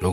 如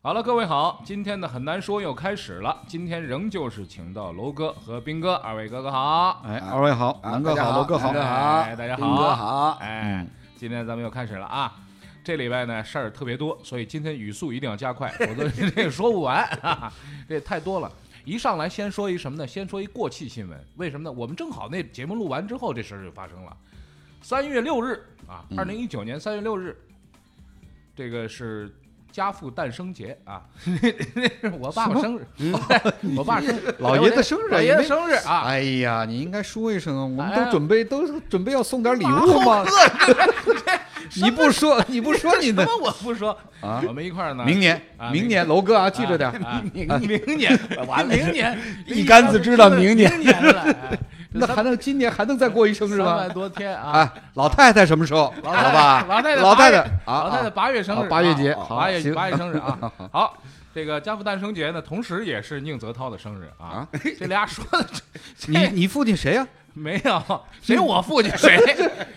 好了，各位好，今天的很难说又开始了。今天仍旧是请到楼哥和斌哥，二位哥哥好，哎，二位好，啊南哥大家好，好楼哥好，大家好哎，大家好，斌哥啊好嗯哎，今天咱们又开始了啊。这礼拜呢事儿特别多，所以今天语速一定要加快， 否则这个说不完啊，这太多了。一上来先说一什么呢？先说一过气新闻，为什么呢？我们正好那节目录完之后，这事儿就发生了。三月六日啊，嗯二零一九年三月六日，这个是家父诞生节啊， 那是我爸爸生日， 我爸生日，嗯老爷子生日老爷也子没生日啊，哎呀，你应该说一声啊，我们哎都准备都是准备要送点礼物吗？ 你不说， 你不说你什的么我不说啊我们一块儿呢。明年啊，明年，楼哥啊，记着点儿，啊，明啊明年， 完了，明年一竿子知道明年明年了，哎那还能今年还能再过一生三 是吧万？多天啊！哎，老太太什么时候？好太太吧， 老太太老太太八啊，老太太啊八月生日，啊八月节啊好八月行八月生日啊！ 好，这个家父诞生节呢，同时也是宁泽涛的生日 啊啊。这俩说的这你你父 亲谁呀？没有谁我父亲谁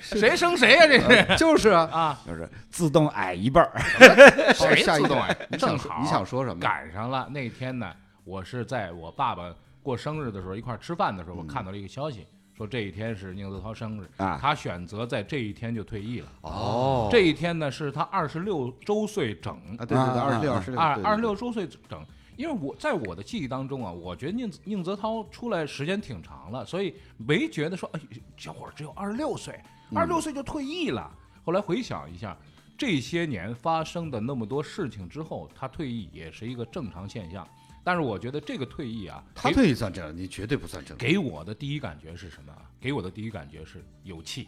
谁生谁呀？这是就是啊，啊，就是自动矮一辈儿， 谁下一自动个啊？ 你正想说好你想说什么？赶上了那天呢，我是在我爸爸过生日的时候一块儿吃饭的嗯时候，我看到了一个 消息，说这一天是宁泽涛生日啊他选择在这一天就退役了。哦，这一天呢是他二十六周岁整，啊，对对对，啊二十六，二啊十六，二对二十，六周岁整。因为我在我的记忆当中啊，我觉得宁泽宁泽涛出来时间挺长了，所以没觉得说，哎，小伙儿只有二十六岁，二嗯十六岁就退役了。后来回想一下，这些年发生的那么多事情之后，他退役也是一个正常现象。但是我觉得这个退役啊，他给退役算正，你绝对不算正。给我的第一感觉是什么啊？给我的第一感觉是有气，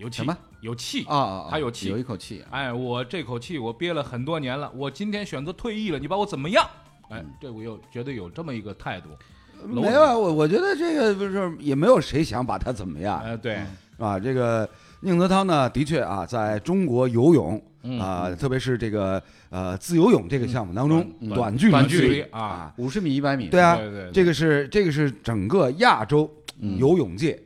有气什么？有气啊啊，啊他有气有一口气啊。哎，我这口气我憋了很多年了，我今天选择退役了，你把我怎么样？哎，嗯这我又觉得有这么一个态度，楼没有，啊我我觉得这个不是也没有谁想把他怎么样哎，嗯对，啊。这个宁泽涛呢，的确啊，在中国游泳嗯啊，特别是这个呃自由泳这个项目当中，嗯短距短离距离啊，啊，五十米、一百米，对啊对对对，嗯这个是这个是整个亚洲游泳界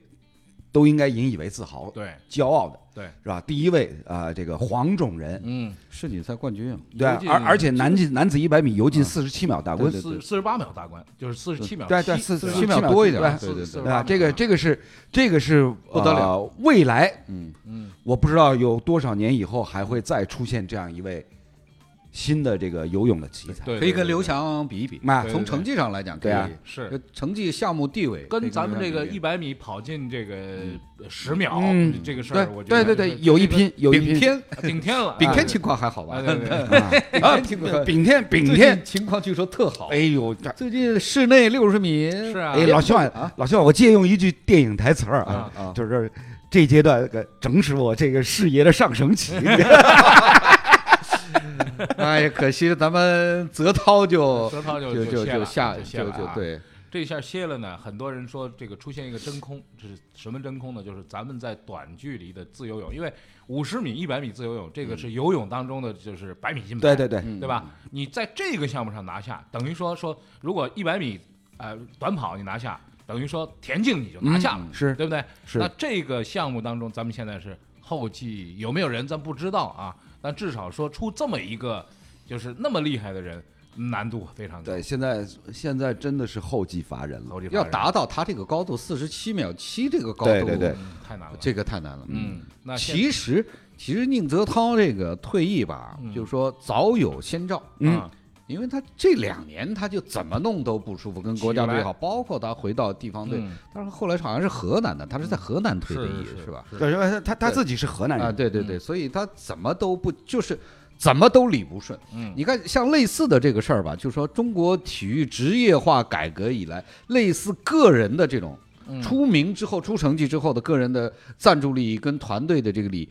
都应该引以为自豪、对骄傲的，对，是吧？第一位啊，这个黄种人，嗯，世锦赛冠军啊，对啊游，进而而且男子男子一百米游进四十七秒大关，对嗯四四十八秒大关，就是四十七秒七，对对四吧47秒秒多一对点吧吧，对四对对四对啊，这个这个是这个是不得了呃未来嗯嗯，我不知道有多少年以后还会再出现这样一位新的这个游泳的奇才。啊对，可以跟对刘翔比一比。那对从成绩上来讲，对啊可以，是就成绩、项目、地位，可跟以咱们刘这翔个比一百米跑进这个十秒嗯这个事对儿，我觉对得对这个对，有一拼，有一顶拼。天，顶天了，顶哎天情况还好吧哎？对对对啊 啊，挺好丙天，丙最天近，情况据说特好哎。呦，这最近室内六十米是啊哎，老兄啊，老兄，我借用一句电影台词儿啊，啊啊，就是这阶段呃正是我这个事业的上升期。 哎呀，可惜咱们泽涛就泽 涛就就就就歇了就下就歇就了就啊对，这下歇了呢，很多人说这个出现一个真空，这是什么真空呢？就是咱们在短距离的自由泳，因为五十米、一百米自由泳，这个是游泳当中的就是百米金牌，对对对，对吧？你在这个项目上拿下，等于说说，如果一百米呃短跑你拿下，等于说田径你就拿下了，是对不对？嗯是那这个项目当中，咱们现在是后继有没有人咱不知道啊，但至少说出这么一个就是那么厉害的人，难度非常高。对，现在现在真的是后继乏人了。楼里要边儿达到他这个高度四十七秒七这个高度，对对对嗯太难了，这个太难了。嗯，那现其实其实宁泽涛这个退役吧嗯，就是说早有先兆，嗯啊因为他这两年他就怎么弄都不舒服，跟国家队好，包括他回到地方队嗯，但是后来好像是河南的，他是在河南退的是役是是吧？？对，因为他他他自己是河南啊，人，对对嗯对，所以他怎么都不就是怎么都理不顺。嗯你看像类似的这个事儿吧，就说中国体育职业化改革以来，类似个人的这种嗯出名之后、出成绩之后的个人的赞助利益跟团队的这个利益，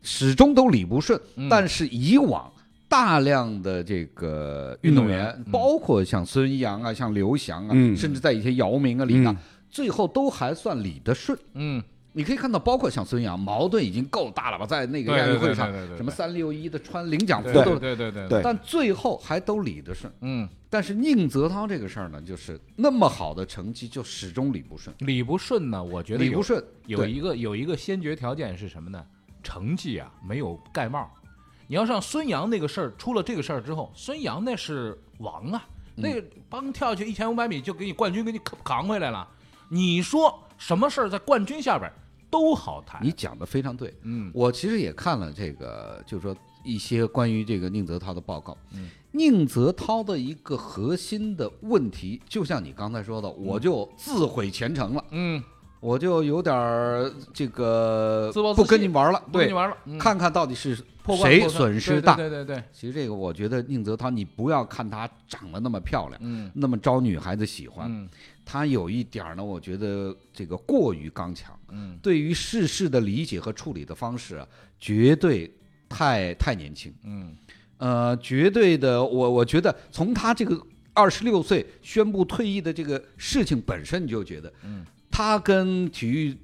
始终都理不顺。嗯但是以往。大量的这个运动员，运动员嗯包括像孙杨啊、像刘翔啊，嗯甚至在一些姚明啊、李娜，最后都还算理得顺。嗯，你可以看到，包括像孙杨，矛盾已经够大了吧？在那个对亚对运会对上对对对，对什么三六一的穿领奖服对都对，对对对对但最后还都理得顺。嗯，但是宁泽涛这个事儿呢，就是那么好的成绩，就始终理不顺，理不顺呢，我觉得理不有顺有对一个有一个先决条件是什么呢？成绩啊没有盖帽。你要像孙杨那个事儿出了这个事儿之后，孙杨那是王啊，那嗯个帮跳下去一千五百米就给你冠军给你扛扛回来了。你说什么事儿在冠军下边儿都好谈？你讲的非常对，嗯我其实也看了这个，就是说一些关于这个宁泽涛的报告。嗯宁泽涛的一个核心的问题，就像你刚才说的，我就自毁前程了，嗯，我就有点儿这个自暴自弃不跟你玩了，不跟对，你玩了，嗯看看到底是破罐谁破摔损失大。对对对对，对其实这个，我觉得宁泽涛，你不要看她长得那么漂亮，嗯那么招女孩子喜欢，嗯她有一点儿呢，我觉得这个过于刚强。嗯，对于世事的理解和处理的方式啊，绝对太太年轻。嗯呃，绝对的，我我觉得从他这个二十六岁宣布退役的这个事情本身，你就觉得，嗯，他跟体育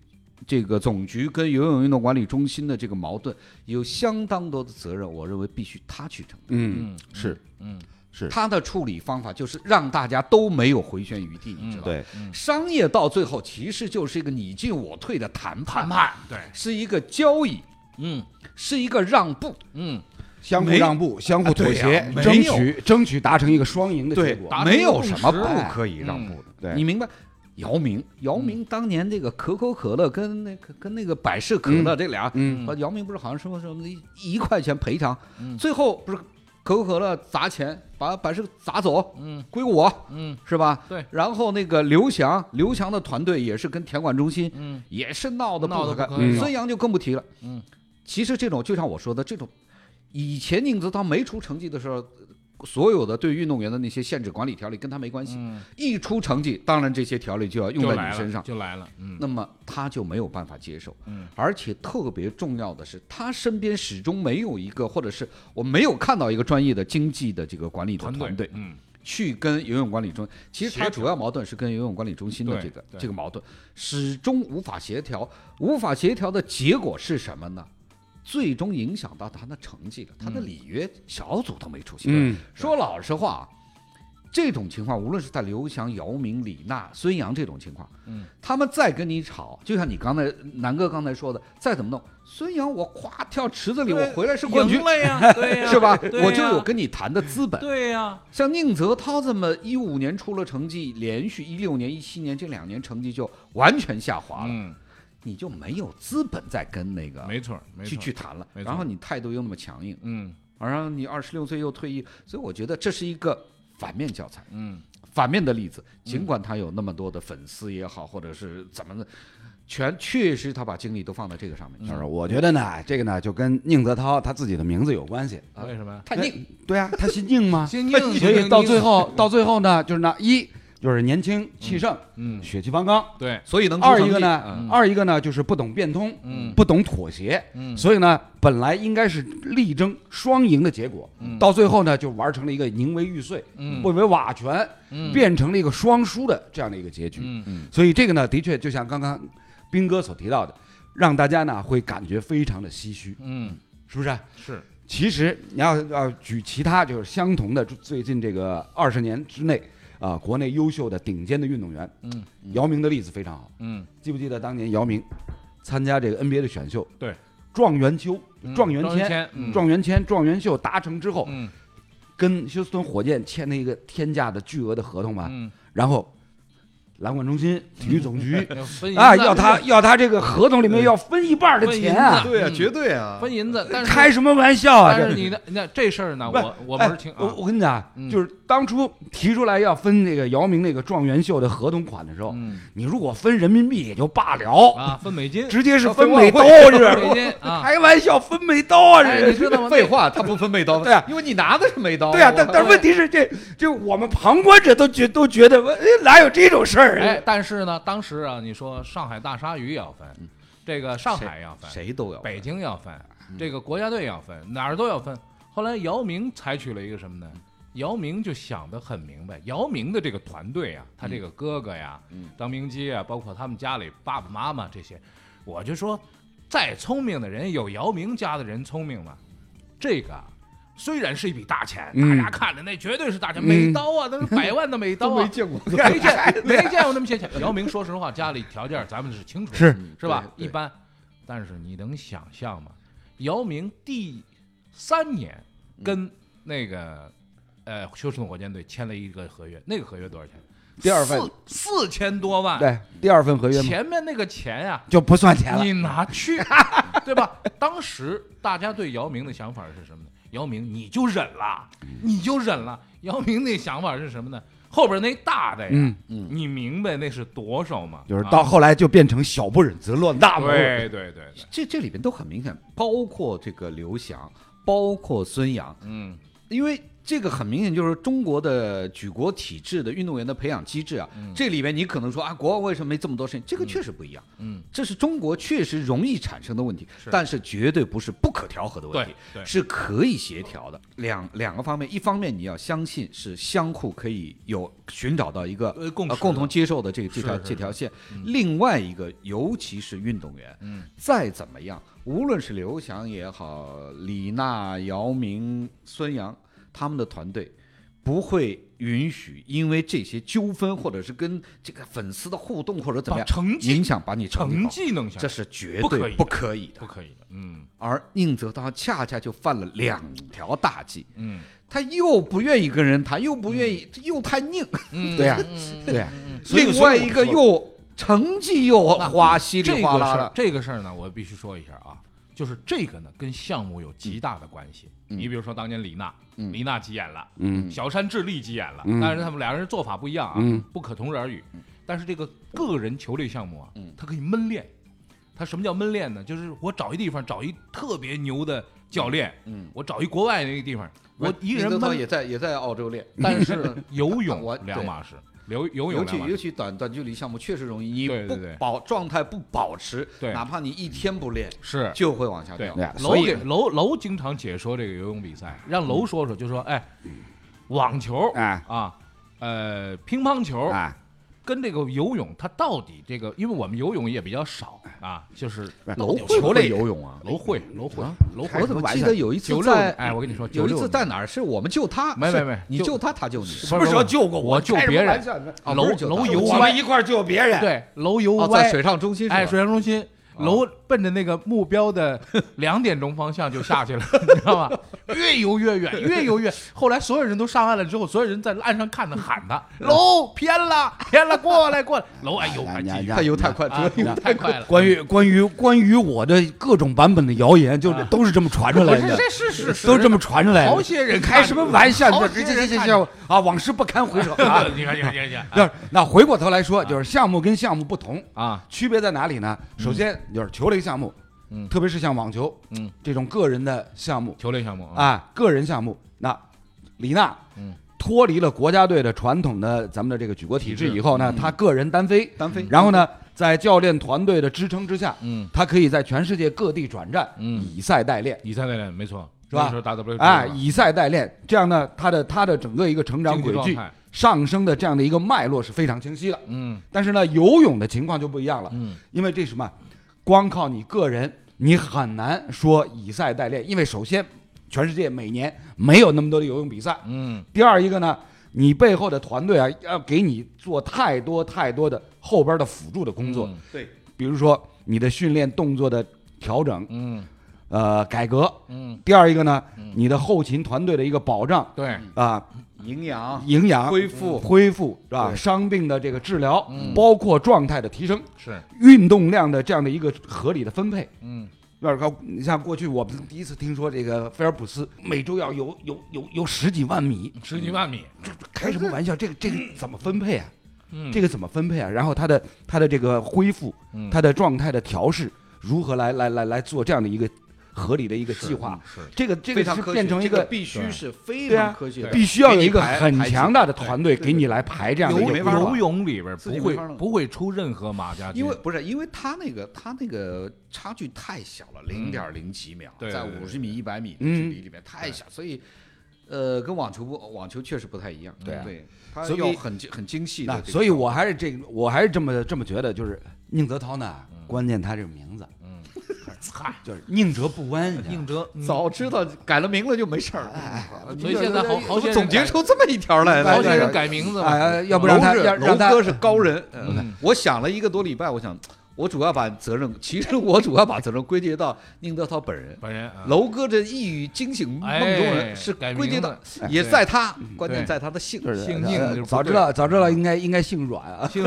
这个总局跟游泳运动管理中心的这个矛盾有相当多的责任，我认为必须他去承担。嗯，嗯，是嗯是，他的处理方法就是让大家都没有回旋余地，你嗯知道吗？对，商业到最后其实就是一个你进我退的谈判，谈判对，是一个交易，嗯是一个让步。嗯，相互没让步，相互妥协，啊对呀争没有取争取达成一个双赢的结果。哎嗯达成一没个有共什么识嗯不可以让步的。对你明白？姚明，姚明当年这个可口可乐跟那个跟那个百事可乐这俩，嗯呃姚明不是好像说什么一一块钱赔偿，嗯最后不是可口可乐砸钱把百事砸走，嗯，归我，嗯，是吧？对然后那个刘翔，刘翔的团队也是跟田管中心，嗯，也是闹得闹可得开不可嗯开孙杨就更不提了，嗯。其实这种就像我说的，这种以前宁泽涛没出成绩的时候，所有的对运动员的那些限制管理条例跟他没关系。嗯一出成绩，当然这些条例就要用就在来你了身上，就来了，嗯那么他就没有办法接受。嗯，而且特别重要的是，他身边始终没有一个，或者是我没有看到一个专业的经济的这个管理的团队嗯去跟游泳管理中，其实协他调主要矛盾是跟游泳管理中心的对这个对这个矛盾，始终无法协调。无法协调的结果是什么呢？最终影响到他的成绩了，他的里约小组都没出现。嗯，说老实话，啊，这种情况，无论是在刘翔、姚明、李娜、孙杨这种情况，嗯，他们再跟你吵，就像你刚才南哥刚才说的，再怎么弄，孙杨我咵跳池子里，我对回来是冠军赢，了 呀，对呀，是吧？对呀我就有跟你谈的资本。对呀，像宁泽涛这么一五年出了成绩，连续一六年、一七年这两年成绩就完全下滑了，嗯，你就没有资本再跟那个没错，没错，去去谈了。没错然后你态度又那么强硬，啊嗯然后你二十六岁又退役，所以我觉得这是一个反面教材。嗯反面的例子，尽管他有那么多的粉丝也好，或者是怎么的，全确实他把精力都放在这个上面去嗯就是了。我觉得呢，这个呢就跟宁泽涛他自己的名字有关系。啊为什么呀？太拧，对啊，他姓宁嘛，姓宁所姓以宁到最后到最后呢，就是呢一就是年轻气盛，嗯，血气方刚。对，所以能出二成一个绩呢嗯，二一个呢就是不懂变通，嗯不懂妥协，嗯所以呢，本来应该是力争双赢的结果，嗯到最后呢，就玩成了一个宁为玉碎，嗯不为瓦全，嗯变成了一个双输的这样的一个结局。嗯嗯所以这个呢，的确就像刚刚斌哥所提到的，让大家呢会感觉非常的唏嘘，嗯是不啊是？是，其实你要要举其他就是相同的，最近这个二十年之内啊、国内优秀的顶尖的运动员，嗯，姚明的例子非常好。嗯记不记得当年姚明参加这个 NBA 的选秀？对，状元秋、嗯状元状元签签、嗯状元签、状元秀达成之后，嗯跟休斯顿火箭签了一个天价的巨额的合同吧，嗯，然后篮管中心、体育 总局分银子啊，要他要他这个合同里嗯面要分一半的分银钱啊子，对啊，嗯绝对啊！分银子，但是开什么玩笑啊！但是这你的那这事儿呢，不我我不是听哎我啊，我跟你讲嗯，就是当初提出来要分那个姚明那个状元秀的合同款的时候，嗯你如果分人民币也就罢了，啊，分美金，直接是啊分分外美刀汇是美金啊，开玩笑，分美刀啊！哎，这你知道吗？废话，他不分 美刀，对啊因为你拿的是美刀，对啊哎呀、我但但是问题是这这我们旁观者都觉都觉得，哎，哪有这种事儿哎啊？，但是呢，当时啊，你说上海大鲨鱼也要分，这个上海要分，嗯谁都要北京要分，嗯这个国家队要分，哪儿都要分。后来姚明采取了一个什么呢？姚明就想得很明白，姚明的这个嗯团队啊，他这个哥哥呀，张明基啊，包括他们家里爸爸妈妈这些，我就说，再聪明的人有姚明家的人聪明吗？这个啊虽然是一笔大钱，嗯大家看的那绝对是大钱，嗯每刀啊，那是百万的每刀 都啊，没见过，没见没见过那么些钱。姚明，说实话，家里条件咱们是清楚的，是是吧？对对一般，但是你能想象吗？姚明第三年跟那个、呃休斯顿火箭队签了一个合约，那个合约多少钱？第二份四四千多万。，对第二份合约嘛前面那个哎钱呀、就不算钱了你，拿 去，对吧？当时大家对姚明的想法是什么呢？姚明，你就忍了，嗯你就忍了。姚明那想法是什么呢？后边那大的呀，嗯嗯你明白那是多少吗？就是啊到后来就变成小不忍则乱大谋，对对对对，这这里边都很明显，包括这个刘翔，包括孙杨，嗯因为这个很明显就是中国的举国体制的运动员的培养机制啊。嗯这里边你可能说啊，国外为什么没这么多事情？这个确实不一样，嗯，这是中国确实容易产生的问题，是但是绝对不是不可调和的问对题。对，是可以协调的，两两个方面，一方面你要相信是相互可以有寻找到一个呃共呃识共的同接受的这这条是是这条线嗯，另外一个尤其是运动员，嗯再怎么样，无论是刘翔也好，李娜、姚明、孙杨他们的团队，不会允许因为这些纠纷或者是跟这个粉丝的互动或者怎么把样成绩影响把你成绩成搞绩弄下这来，是绝不可以对的不可以的不。可以的，嗯而宁泽涛恰恰就犯了两条大忌，嗯他又不愿意跟人谈，又不愿意，又太拧， 嗯，对呀嗯对呀，所以另外一个又成绩又花稀这里个哗事啦儿的，，这个事儿呢，我必须说一下啊，就是这个呢，跟项目有极大的关系。嗯你比如说，当年李娜，嗯李娜急眼了，嗯小山智利急眼了，嗯但是他们两个人做法不一样啊，嗯不可同日而语。但是这个个人球类项目啊嗯，它可以闷练。它什么叫闷练呢？就是我找一地方，找一特别牛的教练，嗯，我找一国外那个地方，我一个宁泽人涛闷也在也在澳洲 练，但 是游我泳对两码事，游游泳尤两其码尤事。其短短距离项目确实容易，你对对不对保状态不保持，对哪怕你一天不练是，就会往下对掉。对楼所以给楼楼经常解说这个游泳比赛，让嗯楼说说，就说哎，网球哎啊，呃，乒乓球啊哎，跟这个游泳，它到底这个，因为我们游泳也比较少啊，就是楼有会不球会类游泳啊？楼会楼会楼我会怎么玩记意儿得有一次九六在哎，我跟你哦说，有一次96在哪儿是我们救他，没没是没你救救他，他救你。什么时候救过我？救别人，啊楼不是救他楼游我歪们，一块儿救别人，对楼游哦，歪在，水上中心是吧？哎，水上中心楼奔着那个目标的两点钟方向就下去了，你知道吗？越游越远，越游越。后来所有人都上岸了之后，所有人在岸上看他，喊他：“楼偏了，偏了，过来，过来！”楼哎呦，还继续他游太快，啊游游太快了。关于关于关于我的各种版本的谣言，就是啊都是这么传出不来是的，这是事实，都这么传出来的。好些人看开什么玩笑？好这些这人这这看这啊，往事不堪回首啊！你看，你看，你看你看，那那回过头来啊说，就是项目跟项目不同，啊，区别在哪里呢？嗯首先就是球类项目，嗯特别是像网球，嗯，这种个人的项目球类项目，啊，个人项目。那李娜，嗯，脱离了国家队的传统的咱们的这个举国体制以后呢，她个人单飞，单飞。然后呢，在教练团队的支撑之下，嗯她可以在全世界各地转战，嗯以赛代练。比赛那练没错，是吧那时候 W 啊，以赛代练，这样呢，她的她的整个一个成长经济轨状迹态，上升的这样的一个脉络是非常清晰的。嗯但是呢，游泳的情况就不一样了，嗯，因为这什么，光靠你个人，你很难说以赛代练，因为首先，全世界每年没有那么多的游泳比赛，嗯第二一个呢，你背后的团队啊，要给你做太多太多的后边的辅助的工作，嗯对，比如说你的训练动作的调整，嗯呃，改革。嗯，第二一个呢嗯，你的后勤团队的一个保障对，啊、营养营养恢复恢复是吧？对伤病的这个治疗，嗯包括状态的提升，是，运动量的这样的一个合理的分配。嗯有点高，你像过去我们第一次听说这个菲尔普斯每周要游游游游十几万米，十几万米，开什么玩笑？这个这个怎么分配啊？嗯，这个怎么分配啊？然后他的他的这个恢复，嗯他的状态的调试，如何来来来来做这样的一个合理的一个计划？是是这个这非个常是科学，变成一这个个必须对是非对啊常科学对的，必须要有一个给你排很排强序大的团队对给你来排这样的游一个没规法划玩游泳里边不自己会没法弄不会出任何马啊家军，因为不是因为他那个他那个差距太小了，零点零几秒，对在对对五十米、一百米的嗯距离里面太小，所以呃，跟网球不网球确实不太一样，对啊对，它所以要很精很精细的那这个。所以，我还是这个，我还是这么这么觉得，就是宁泽涛呢，关键他这个名字嗨， 就是宁折不弯，你知道吗宁哲，嗯早知道改了名了就没事儿哎了。所以现在这好好先生嗯总结改出这么一条来高了。先生这改名字嘛，哎，要不让他楼是让楼让他哥是高人，嗯我想了一个多礼拜，我想我主要把责任，其实我主要把责任归结到宁泽涛本人。本人啊 楼哥这一语惊醒梦中哎人是改归结名到了，哎也在他，关键对在他的性就。嗯是姓宁就是不呃早知道早知道应该应该姓嗯阮啊，姓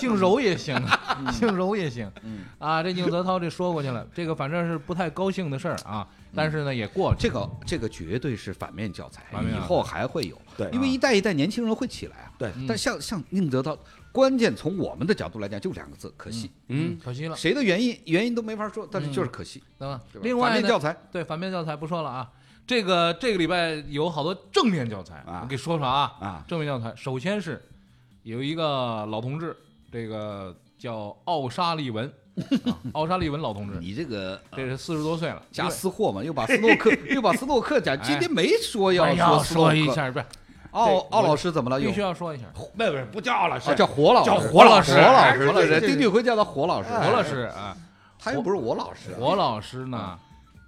姓柔也行嗯啊， 姓柔也行。啊，这宁泽涛这说过去了，这个反正是不太高兴的事儿啊，嗯但是呢也过去这个这个绝对是反面啊教材反面，以教材后还会有。对因为一代一代年轻人会起来啊。对嗯但像像宁泽涛，关键从我们的角度来讲，就两个字：可惜。嗯，可惜了。谁的原因原因都没法说，但是就是可惜。等等对吧另外反面呢，教材，对反面教材不说了啊，这个这个礼拜有好多正面教材，啊我给说说啊啊正面教材，首先是有一个老同志，这个叫奥沙利文，啊奥沙利文老同志， 你这个这是四十多岁了，假私货嘛，又把斯诺克又把斯诺克讲，今天没说因为哎呀要要斯说诺克哎一。下，不是奥这奥老师怎么了？必须有要说一下，那不不叫了啊叫火老师，叫火老师火老哎师，这火老这师，这丁俊晖叫他火老师，罗老师啊。他又不是我老师啊。火老师呢，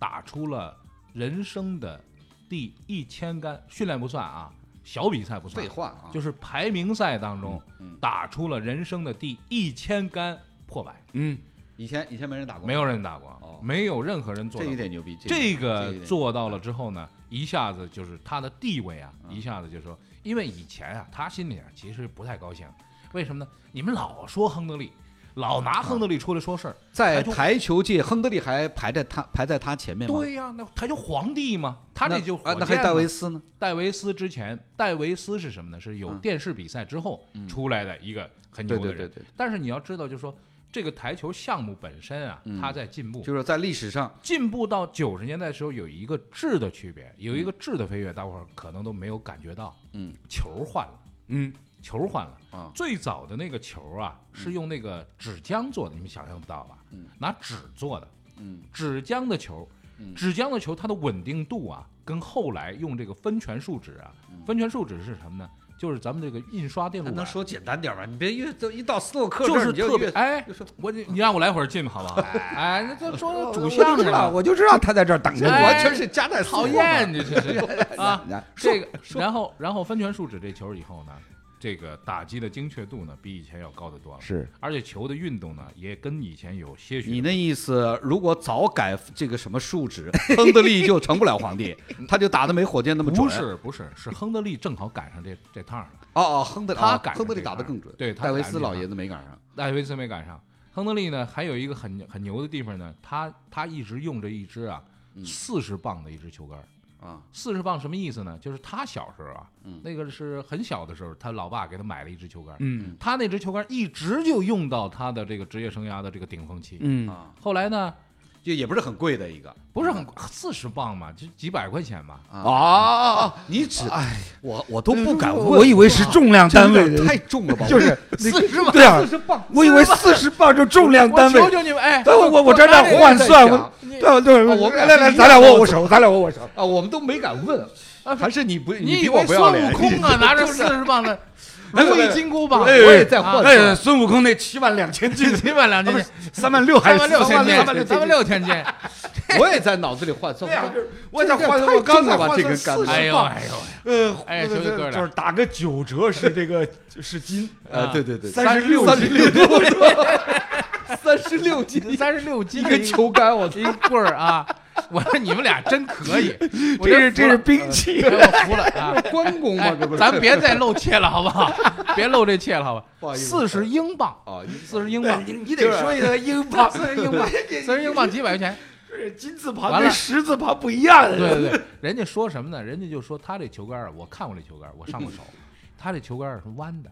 打出了人生的第一千杆，训练不算啊，小比赛不算，废话啊，就是排名赛当中嗯嗯打出了人生的第一千杆破百，嗯，以前以前没人打过，没有人打哦过，没有任何人做这到一过。点牛逼。这这嗯个一点做到了之后呢，一下子就是他的地位啊，嗯一下子就说，因为以前啊，他心里啊其实不太高兴，为什么呢？你们老说亨德利，老啊拿亨德利出来说事儿，在排除排球界，亨德利还排在他排在他前面吗？对呀、那他就皇帝嘛，他啊那这就啊，火那还箭戴嘛维斯呢？戴维斯之前，戴维斯是什么呢？是有嗯电视比赛之后嗯出来的一个很牛对的对人。对对，但是你要知道，就是说这个台球项目本身啊，嗯它在进步，就是在历史上，进步到九十年代的时候有一个质的区别，有一个质的飞跃，大伙儿可能都没有感觉到。嗯，球换了，嗯，球换了。啊最早的那个球啊，是用那个纸浆做的，你们想象不到吧？嗯拿纸做的，嗯，纸浆的球嗯，纸浆的球它的稳定度啊，跟后来用这个酚醛树脂啊，酚醛树脂是什么呢？就是咱们这个印刷电路板，简单点吧？你别越一到斯诺克就是特别哎，我你让我来会儿劲好不好？哎，那这说 主项目了， 我就知道他在这儿等着哎我。完全是夹带私货讨嘛 厌你这是啊，来这个，然后然后酚醛树脂这球以后呢，这个打击的精确度呢比以前要高得多了，是 而且球的运动呢也跟以前有些许你那意思，如果早改这个什么数值， 亨德利就成不了皇帝，他就打的没火箭那么准。不是不是是亨德利正好赶上这这趟了。哦哦，亨德他哦赶上亨德利这打个得更准，对他戴维赶斯上这老个爷子没赶上。戴维斯没赶上。亨德利呢，还有一个很很牛的地方呢，他他一直用着一只啊四十磅的一只球杆嗯啊，嗯四十磅什么意思呢？就是他小时候啊，那个是很小的时候，他老爸给他买了一只球杆，嗯他那只球杆一直就用到他的这个职业生涯的这个顶峰期。嗯啊，后来呢，就也不是很贵的一个不是很四十磅嘛，就几百块钱嘛，啊。你只我我都不敢问，我以为是重量单这位有点的，太重了吧？就是四十磅，对啊四十磅，我以为四十磅就重量单位我。求求你们，哎，对，我我我这样换算，我对对，啊我来来来，咱俩握握手，咱俩握握手。啊，我们都没敢问，啊还是你不你比以我为不要脸孙悟？空啊，拿着四十磅 的如意金箍棒，哎我也在换啊算，孙悟空那七万两千斤，七万两千斤，三万六 还三是万六千斤，三万六千三万六千斤。我也在脑子里换算。我想换这算，我个太刚重才了吧换这个算杆子四 哎十呦磅哎，呦，呃，哎就兄弟是哥俩就是打个九折是这个是斤， 呃，对对对， 三十六三十斤，六度，三十六 斤，三十六斤一个球杆，我一棍儿啊！我说你们俩真可以，我 这是真这是兵器服。了，哎我服了啊！关公嘛，哎这不是？咱别再露怯了，好不 好？别露这怯了，好不吧？好意思四十英镑，啊，四十英镑，哎你你得说一个英镑，四十英镑，四十英镑几百块 钱？金字旁完了跟十字旁不一样啊对对对，人家说什么呢？人家就说他这球杆儿啊，我看过这球杆儿，我上过手，他这球杆儿是弯的，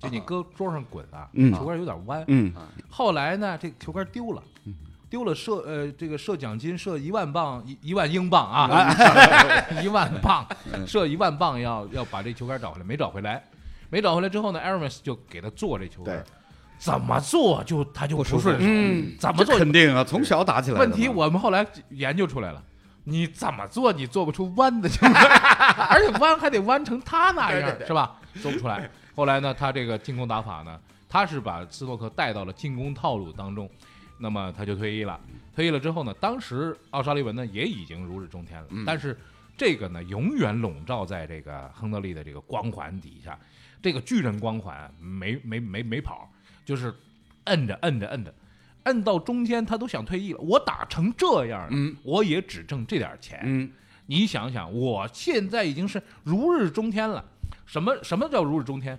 就你搁桌上滚啊，嗯球杆儿有点弯。嗯后来呢，这球杆丢了，丢了设呃这个设奖金设一万磅一一万英镑啊， 一万磅设一万磅要要把这球杆找回来，没找回来，没找回来之后呢 a r a m i s 就给他做这球杆对，怎么做就他就不顺手，嗯，怎么做肯定啊， 从小打起来的嘛。问题我们后来研究出来了。你怎么做？你做不出弯的球 杆，而且弯还得弯成他那样，是吧？做不出来。后来呢，他这个进攻打法呢，他是把斯诺克带到了进攻套路当中，那么他就退役了。退役了之后呢，当时奥沙利文呢也已经如日中天了，嗯但是这个呢永远笼罩在这个亨德利的这个光环底下，这个巨人光环没没没没跑，就是摁着摁着摁着。摁到中间，他都想退役了。我打成这样了，嗯我也只挣这点钱。嗯，你想想，我现在已经是如日中天了。什么什么叫如日中天？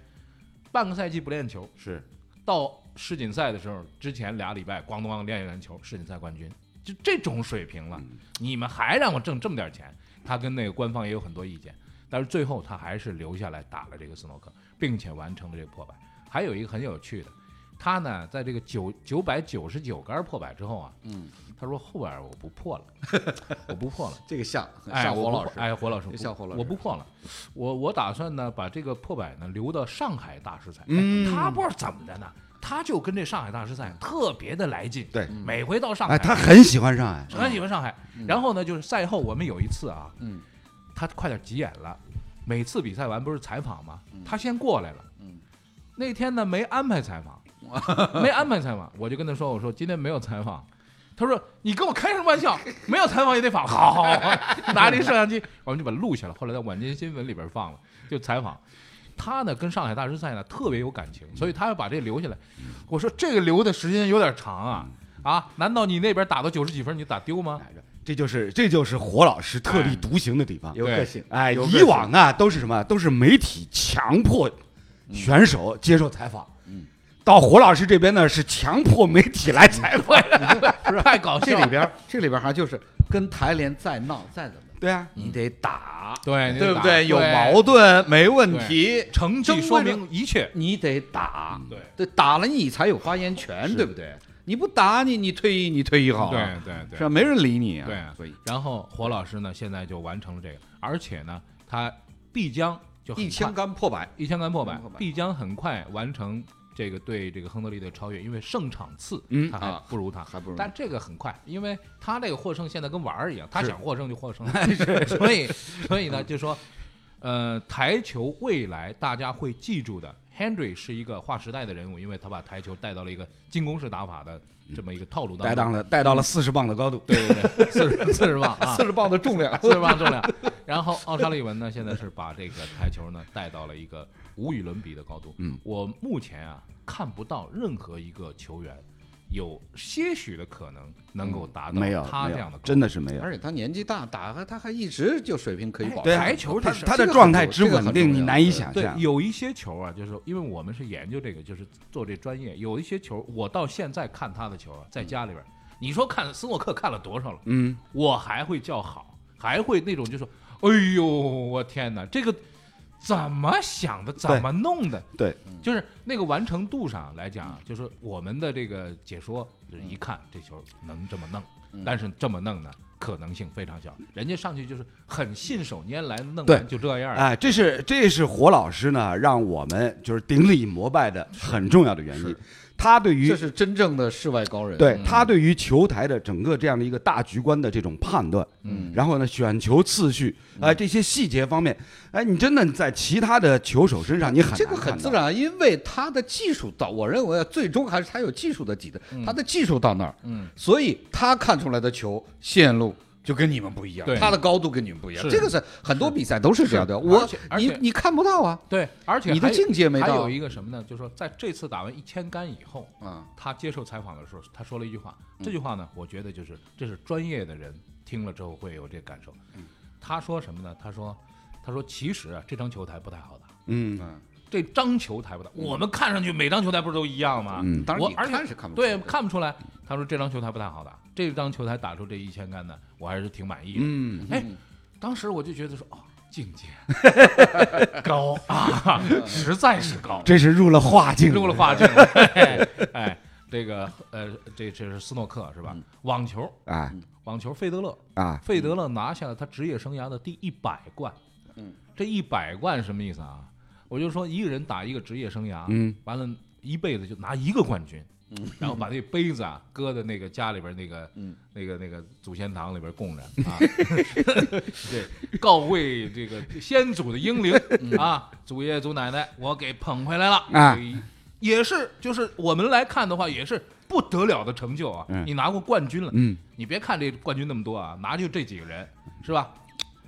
半个赛季不练球，是到世锦赛的时候，之前俩礼拜咣咣练一练球，世锦赛冠军，就这种水平了。嗯你们还让我挣这么点钱？他跟那个官方也有很多意见，但是最后他还是留下来打了这个斯诺克，并且完成了这个破百。还有一个很有趣的，他呢在这个九九百九十九杆破百之后啊，嗯，他说后边我不破了，我不破了。这个像哎，像我黄不老师，哎，火老师，像火老师我不破了，我我打算呢把这个破百呢留到上海大师赛。哎他不知道怎么的呢，他就跟这上海大师赛特别的来劲。对每回到上海，哎，他很喜欢上海，很喜欢上海。然后呢，就是赛后我们有一次啊，嗯，他快点急眼了。每次比赛完不是采访吗？嗯他先过来了。那天呢没安排采访， 没安排采访，我就跟他说：“我说今天没有采访。”他说：“你跟我开什么玩笑？ 没有采访也得访。”好好好，拿着一摄像机，我们就把它录下来，后来在晚间新闻里边放了，就采访。他呢跟上海大师赛呢特别有感嗯情，所以他要把这留下来。我说这个留的时间有点长啊嗯啊！难道你那边打到九十几分你就打丢吗？这就是这就是火老师特立独行的地方。哎有对个性，哎，有个以性嗯往啊都是什么？都是媒体强迫选手接受采访。嗯，到火老师这边呢是强迫媒体来采访。太搞笑嗯啊这了里边儿这里边儿还就是跟台联再闹再怎么，对啊，你得打，对你得对不打对？有矛盾没问题，成绩说明一切。你得打，嗯对对，打了你才有发言权，对不对？你不打你，你退役，你退役好对了，对对是吧？没人理你啊，对啊所以然后火老师呢，现在就完成了这个，而且呢，他必将就很一千快杆破百，一千杆破一百千杆破，百必将很快完成这个对这个亨德利的超越，因为胜场次嗯他还啊不如他，还不如但这个很快，因为他这个获胜现在跟玩儿一样，他想获胜就获 胜， 所以所以呢，就说，呃，台球未来大家会记住的，Henry 是一个划时代的人物，因为他把台球带到了一个进攻式打法的这么一个套路当中，带到了带到了四十磅的高度。对对对， 四十四十磅啊，，四十磅的重 量四十磅重量。然后奥沙利文呢，现在是把这个台球呢带到了一个无与伦比的高度。嗯，我目前啊看不到任何一个球员有些许的可能能够达到嗯没有，他没这有样的高度。真的是没有。而且他年纪大，打还他还一直就水平可以保持。对啊台球这他事他这的个状很态重之这个稳很定，重你要难以想对，象。有一些球啊，就是因为我们是研究这个，就是做这专业，有一些球，我到现在看他的球啊，在家里边儿，你说看斯诺克看了多少了？嗯，我还会叫好，还会那种就说，哎呦，我天哪，这个怎么想的，怎么弄的？对，就是那个完成度上来讲啊，就是我们的这个解说，就是一看这球能这么弄，嗯但是这么弄呢，可能性非常小。人家上去就是很信手拈来，弄对完就这样。哎，这是这是火老师呢，让我们就是顶礼膜拜的很重要的原因。他对于这是真正的世外高人。对他对于球台的整个这样的一个大局观的这种判断，嗯，然后呢，选球次序，哎、这些细节方面，哎，你真的在其他的球手身上你很这个难看很到自，然，啊因为他的技术到，我认为啊最终还是他有技术的底子，他的技术到那儿，嗯，所以他看出来的球线路就跟你们不一样对，他的高度跟你们不一样，是这个是很多比赛都是这样的。是而我且而你且你看不到啊，对，而且你的还有境界没还到有一个什么呢？就是说，在这次打完一千杆以后，啊，嗯他接受采访的时候，他说了一句话，这句话呢，我觉得就是这是专业的人听了之后会有这感受。嗯他说什么呢？他说，他说其实啊，这张球台不太好打，嗯这张球台不大，我们看上去每张球台不是都一样吗？嗯当然我你而且看是看不出来对的看不出来。他说这张球台不太好打，这张球台打出这一千杆呢，我还是挺满意的。嗯，哎，当时我就觉得说，哦，境界高啊， 实在是高，这是入了画境，入了画境 了。哎哎，这个呃，这这是斯诺克是吧？网球，啊网球，费德勒，嗯啊，费德勒拿下了他职业生涯的第一百冠。嗯，这一百冠什么意思啊？我就说一个人打一个职业生涯，嗯，完了，一辈子就拿一个冠军。然后把那杯子啊搁在那个家里边那个、那个那个祖先堂里边供着啊，对，告慰这个先祖的英灵啊，祖爷祖奶奶，我给捧回来了啊这一也是就是我们来看的话，也是不得了的成就啊！嗯你拿过冠军了，嗯，你别看这冠军那么多啊，拿就这几个人是吧？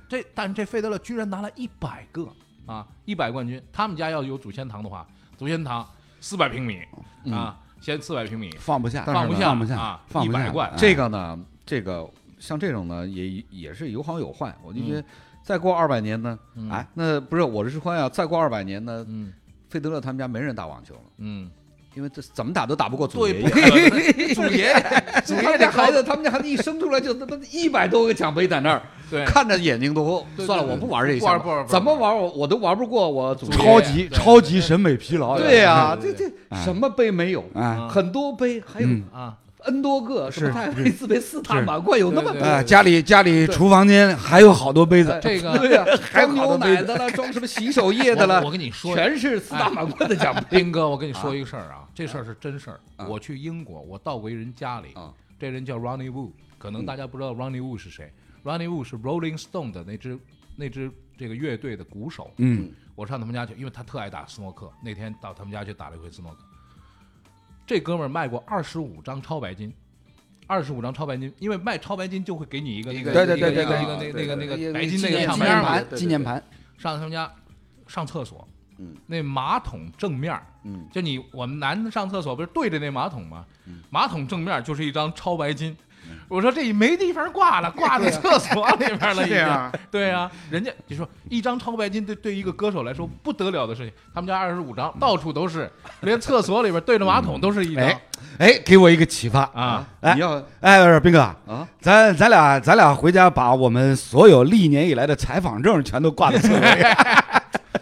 这但是这费德勒居然拿了一百个啊，一百冠军。他们家要有祖先堂的话，祖先堂四百平米嗯啊，先四百平米，放不下，放不下放不下啊，放不100下哎冠。这个呢，这个像这种呢，也也是有好有坏。我就嗯觉得，再过二百年呢，哎，那不是我是说呀，再过二百年呢，嗯费德勒他们家没人打网球了，嗯，因为这怎么打都打不过祖对，爷不爷。可 能祖爷爷，祖他爷爷们家这孩孩子，子，他们家孩子一生出来就他妈一百多个奖杯在那儿，对看着眼睛都对算了，对我不玩这一不项玩了，不玩不玩怎么玩我我都玩不过我祖祖爷爷超爷级对超级审美疲劳。对呀、对这对这什么杯没有？啊很多杯，还有哎嗯啊， N 多个，什么是太黑四杯、四大是满贯，有那么对多对啊，家里家里厨房间还有好多杯子，这个 对呀，装好牛多杯奶子的了，装什么洗手液的了，我我跟你说全是四大满贯的奖杯。斌哎哥，我跟你说一个事儿啊，这事儿是真事儿。啊我去英国，我到过一人家里啊，这人叫 Ronnie Wu，可能大家不知道 Ronnie Wu 是谁。Ronnie Wu 是 Rolling Stone 的那支那支这个乐队的鼓手。嗯，我上他们家去，因为他特爱打斯诺克。那天到他们家去打了一回斯诺克。这哥们儿卖过二十五张超白金，二十五张超白金，因为卖超白金就会给你一个那个对对一个对对一个对一个那个那个那个白金纪那念个唱纪片念嘛盘对对对盘，上他们家上厕所，嗯，那马桶正面儿，嗯，就你我们男的上厕所不是对着那马桶吗？马桶正面就是一张超白金。嗯我说这没地方挂了，挂在厕所里边了，已经。对啊，人家你说一张超白金对对一个歌手来说不得了的事情，他们家二十五张到处都是，连厕所里边对着马桶都是一张哎哎，给我一个启发。啊。哎你要哎，斌哥啊，咱咱俩咱俩回家把我们所有历年以来的采访证全都挂在厕所里。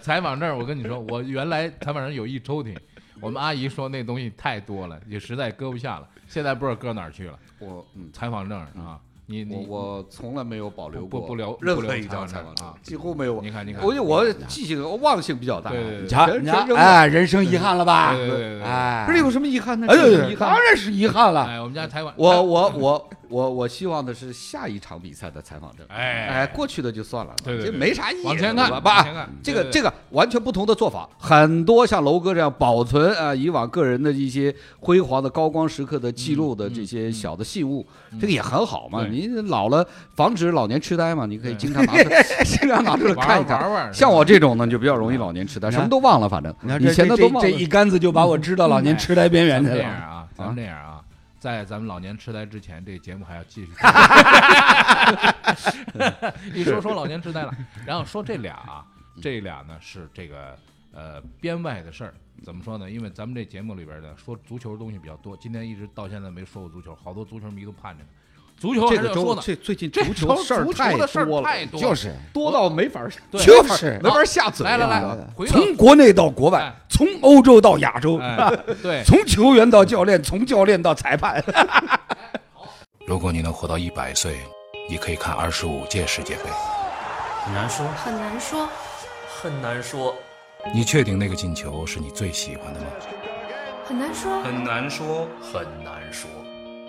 采访证，我跟你说，我原来采访证有一抽屉，我们阿姨说那东西太多了，也实在搁不下了，现在不知道搁哪儿去了。我嗯，采访证啊，你你我我从来没有保留过不不留任不留何一张采采访证访证啊，几乎没有。你看你看，我就我记性我忘性比较大，啊对对对你全瞧，全你瞧，扔了哎，人生遗憾了吧？对对对对对哎，不是有什么遗憾呢？哎有什呦，么遗憾当。然是遗憾了。哎，我们家采访啊我我我我我希望的是下一场比赛的采访证，哎哎，过去的就算了，对对对这没啥意义，往前看对往吧前看？这对个对这个完全不同的做法，很多像楼哥这样保存啊以往个人的一些辉煌的高光时刻的记录的这些小的信物，这个也很好嘛。嗯对你老了防止老年痴呆嘛，你可以对经常拿 出来经常拿出来玩看一玩看。玩，像我这种呢，就比较容易老年痴呆，你看什么都忘了，反正你看以这前这的都这忘这了。一竿子就把我知道老年痴呆边咱缘们去这了样。啊，咱们这样啊，在咱们老年痴呆之前，这节目还要继 续。一说说老年痴呆了，然后说这俩啊，嗯这俩呢是这个呃编外的事儿。怎么说呢？因为咱们这节目里边呢，说足球的东西比较多，今天一直到现在没说过足球，好多足球迷都盼着呢。足球还是这个要说周呢，这最近这足周球事儿足球太的事儿多了，太多了，就是多到没法儿，对就是没法儿下嘴。来来你知道来吗，回到从国内到国外哎，从欧洲到亚洲，哎，对， 从球员到教练，从教练到裁判。如果你能活到一百岁，你可以看二十五届世界杯。很难说，很难说，很难说，你确定那个进球是你最喜欢的吗？很难说，很难说，很难说，